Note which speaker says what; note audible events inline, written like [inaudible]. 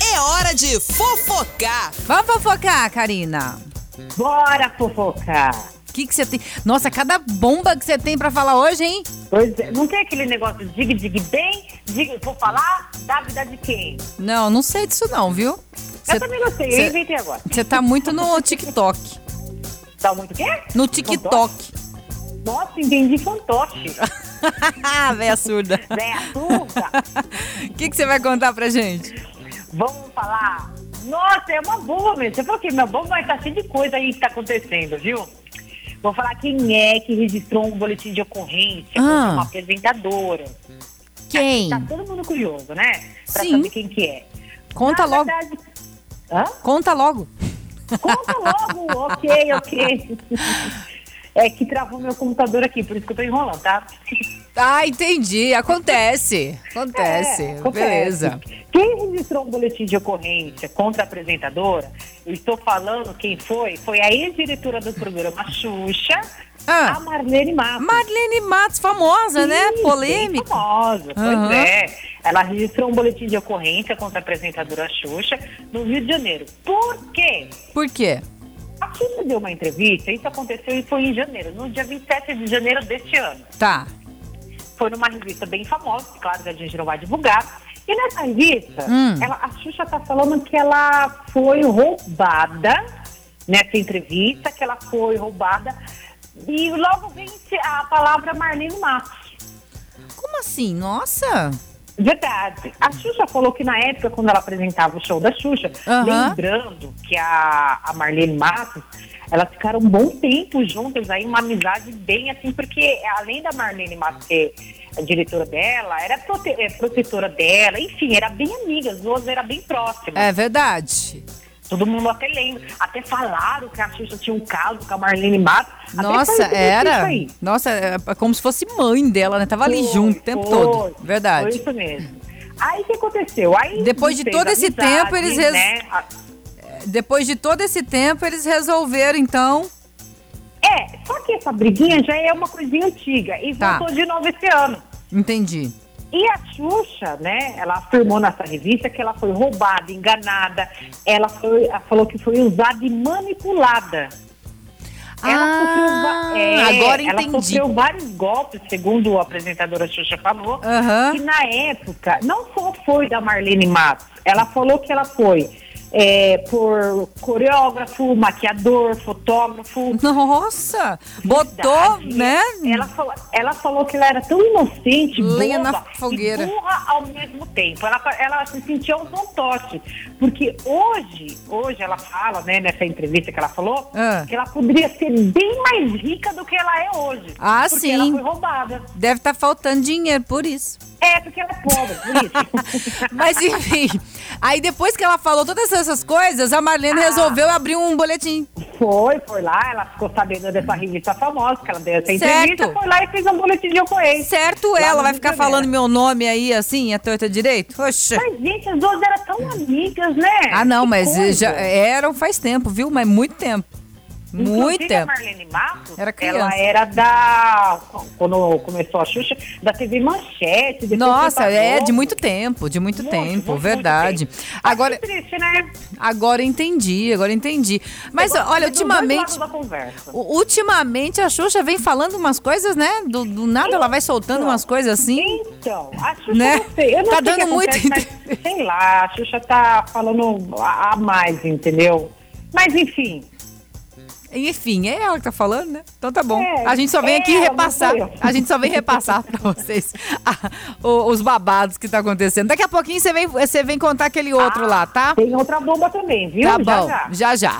Speaker 1: É
Speaker 2: hora de fofocar.
Speaker 1: Vamos fofocar, Karina.
Speaker 3: Bora fofocar.
Speaker 1: O que que você tem? Nossa, cada bomba que você tem pra falar hoje, hein?
Speaker 3: Pois é, não tem aquele negócio dig dig bem, dig, vou falar da vida de quem?
Speaker 1: Não, não sei disso não, viu?
Speaker 3: eu também não sei, eu inventei agora.
Speaker 1: Você tá muito no TikTok.
Speaker 3: Tá muito o quê?
Speaker 1: No TikTok.
Speaker 3: Nossa, entendi fantoche.
Speaker 1: [laughs] Véia surda.
Speaker 3: Zé Açúcar.
Speaker 1: O [laughs] que que você vai contar pra gente?
Speaker 3: Vamos falar. Nossa, é uma bomba mesmo. Você falou que minha bomba vai estar cheia de coisa aí que tá acontecendo, viu? Vou falar quem é que registrou um boletim de ocorrência
Speaker 1: Ah.
Speaker 3: contra uma apresentadora.
Speaker 1: Quem?
Speaker 3: Tá todo mundo curioso, né? Pra
Speaker 1: Sim.
Speaker 3: saber quem que é.
Speaker 1: Conta
Speaker 3: Na
Speaker 1: logo.
Speaker 3: verdade- Hã?
Speaker 1: Conta logo.
Speaker 3: Conta logo, ok,
Speaker 1: [laughs]
Speaker 3: ok. É que travou meu computador aqui, por isso que eu tô enrolando, tá?
Speaker 1: Ah, entendi. Acontece. Acontece.
Speaker 3: É, acontece.
Speaker 1: Beleza.
Speaker 3: Quem registrou um boletim de ocorrência contra a apresentadora, eu estou falando quem foi, foi a ex-diretora do programa Xuxa,
Speaker 1: Ah.
Speaker 3: a Marlene Matos.
Speaker 1: Marlene Matos, famosa, né?
Speaker 3: Sim, bem
Speaker 1: Polêmica.
Speaker 3: Famosa,
Speaker 1: Aham.
Speaker 3: pois é. Ela registrou um boletim de ocorrência contra a apresentadora Xuxa no Rio de Janeiro. Por quê?
Speaker 1: Por quê?
Speaker 3: A Xuxa deu uma entrevista, isso aconteceu e foi em janeiro, no dia 27 de janeiro deste ano.
Speaker 1: Tá.
Speaker 3: foi numa revista bem famosa, que claro que a gente não vai divulgar. E nessa revista,
Speaker 1: Hum.
Speaker 3: ela- a Xuxa tá falando que ela foi roubada nessa entrevista, que ela foi roubada. E logo vem se- a palavra Marlene Matos.
Speaker 1: Como assim? Nossa.
Speaker 3: Verdade. A Xuxa falou que na época, quando ela apresentava o show da Xuxa,
Speaker 1: Aham.
Speaker 3: lembrando que a, a Marlene Matos, elas ficaram um bom tempo juntas, aí uma amizade bem assim, porque além da Marlene Matos ser a diretora dela, era prote eh, protetora dela, enfim, era bem amiga, as duas eram bem próximas.
Speaker 1: É verdade.
Speaker 3: Todo mundo até lembra. Até falaram que a Xuxa tinha um caso com a Marlene Matos. Até
Speaker 1: Nossa,
Speaker 3: saiu tudo isso
Speaker 1: era.
Speaker 3: aí.
Speaker 1: Nossa, é como se fosse mãe dela, né? Tava ali
Speaker 3: Foi,
Speaker 1: junto o tempo
Speaker 3: foi.
Speaker 1: todo. Verdade.
Speaker 3: Foi isso mesmo. Aí o que aconteceu? Aí
Speaker 1: Depois de
Speaker 3: fez
Speaker 1: todo esse
Speaker 3: amizade,
Speaker 1: tempo, eles res-
Speaker 3: né? A-
Speaker 1: Depois de todo esse tempo, eles resolveram, então.
Speaker 3: É, só que essa briguinha já é uma coisinha antiga e
Speaker 1: Tá.
Speaker 3: voltou de novo esse ano.
Speaker 1: Entendi.
Speaker 3: E a Xuxa, né, ela afirmou nessa revista que ela foi roubada, enganada, ela, foi- ela falou que foi usada e manipulada.
Speaker 1: Ah,
Speaker 3: va- é,
Speaker 1: agora
Speaker 3: ela
Speaker 1: entendi.
Speaker 3: sofreu vários golpes, segundo a apresentadora Xuxa falou.
Speaker 1: Aham.
Speaker 3: E na época, não só foi da Marlene Matos, ela falou que ela foi é, por coreógrafo, maquiador, fotógrafo.
Speaker 1: Nossa! Botou,
Speaker 3: Verdade.
Speaker 1: né?
Speaker 3: Ela falou, ela falou que ela era tão inocente,
Speaker 1: Lenha
Speaker 3: boba
Speaker 1: na fogueira.
Speaker 3: e burra ao mesmo tempo. Ela, ela se sentia um fantoche. Porque hoje, hoje ela fala, né, nessa entrevista que ela falou,
Speaker 1: Ah.
Speaker 3: que ela poderia ser bem mais rica do que ela é hoje.
Speaker 1: Ah,
Speaker 3: porque
Speaker 1: sim.
Speaker 3: ela foi roubada.
Speaker 1: Deve estar faltando dinheiro por isso.
Speaker 3: É, porque ela é pobre, por
Speaker 1: [laughs]
Speaker 3: isso.
Speaker 1: Mas enfim. Aí depois que ela falou todas essas coisas, a Marlene
Speaker 3: Ah.
Speaker 1: resolveu abrir um boletim.
Speaker 3: Foi, foi lá, ela ficou sabendo dessa revista famosa, que ela deu essa
Speaker 1: Certo.
Speaker 3: entrevista, foi lá e fez um boletim de ocorrência.
Speaker 1: Certo
Speaker 3: Lá
Speaker 1: ela,
Speaker 3: no
Speaker 1: vai
Speaker 3: Rio de
Speaker 1: ficar
Speaker 3: Janeiro.
Speaker 1: falando meu nome aí assim, à torta direito? Oxa.
Speaker 3: Mas, gente, as duas eram tão amigas, né?
Speaker 1: Hum. Ah, não,
Speaker 3: É, Que
Speaker 1: mas
Speaker 3: coisa.
Speaker 1: já eh, eram faz tempo, viu? Mas muito tempo. Muito
Speaker 3: Inclusive, a
Speaker 1: tempo.
Speaker 3: Então, Marlene Matos,
Speaker 1: Era criança.
Speaker 3: ela era da. Quando começou a Xuxa, da TV Manchete. depois
Speaker 1: Nossa,
Speaker 3: foi pra
Speaker 1: é
Speaker 3: Globo.
Speaker 1: de muito tempo, de muito,
Speaker 3: Muito,
Speaker 1: tempo,
Speaker 3: muito,
Speaker 1: verdade.
Speaker 3: muito tempo.
Speaker 1: Agora,
Speaker 3: Acho triste, né?
Speaker 1: agora entendi, agora entendi. Mas
Speaker 3: Eu gosto
Speaker 1: olha,
Speaker 3: dos dois
Speaker 1: ultimamente,
Speaker 3: lados da conversa.
Speaker 1: u- ultimamente a Xuxa vem falando umas coisas, né? Do, do nada ela vai soltando umas coisas assim.
Speaker 3: Então, a Xuxa,
Speaker 1: Né?
Speaker 3: não sei, eu não
Speaker 1: Tá
Speaker 3: sei o que
Speaker 1: dando
Speaker 3: acontece,
Speaker 1: muito [laughs]
Speaker 3: mas, Sei lá, a Xuxa tá falando a a mais, entendeu? Mas enfim,
Speaker 1: Enfim, é ela que tá falando, né? Então tá bom.
Speaker 3: É,
Speaker 1: a gente só vem
Speaker 3: é
Speaker 1: aqui
Speaker 3: ela, não
Speaker 1: repassar.
Speaker 3: sou eu.
Speaker 1: A gente só vem repassar [laughs] pra vocês a- o- os babados que tá acontecendo. Daqui a pouquinho você vem, você vem contar aquele outro lá, tá?
Speaker 3: tem outra bomba também, viu?
Speaker 1: Tá
Speaker 3: Ah, Já,
Speaker 1: bom.
Speaker 3: já.
Speaker 1: já. já.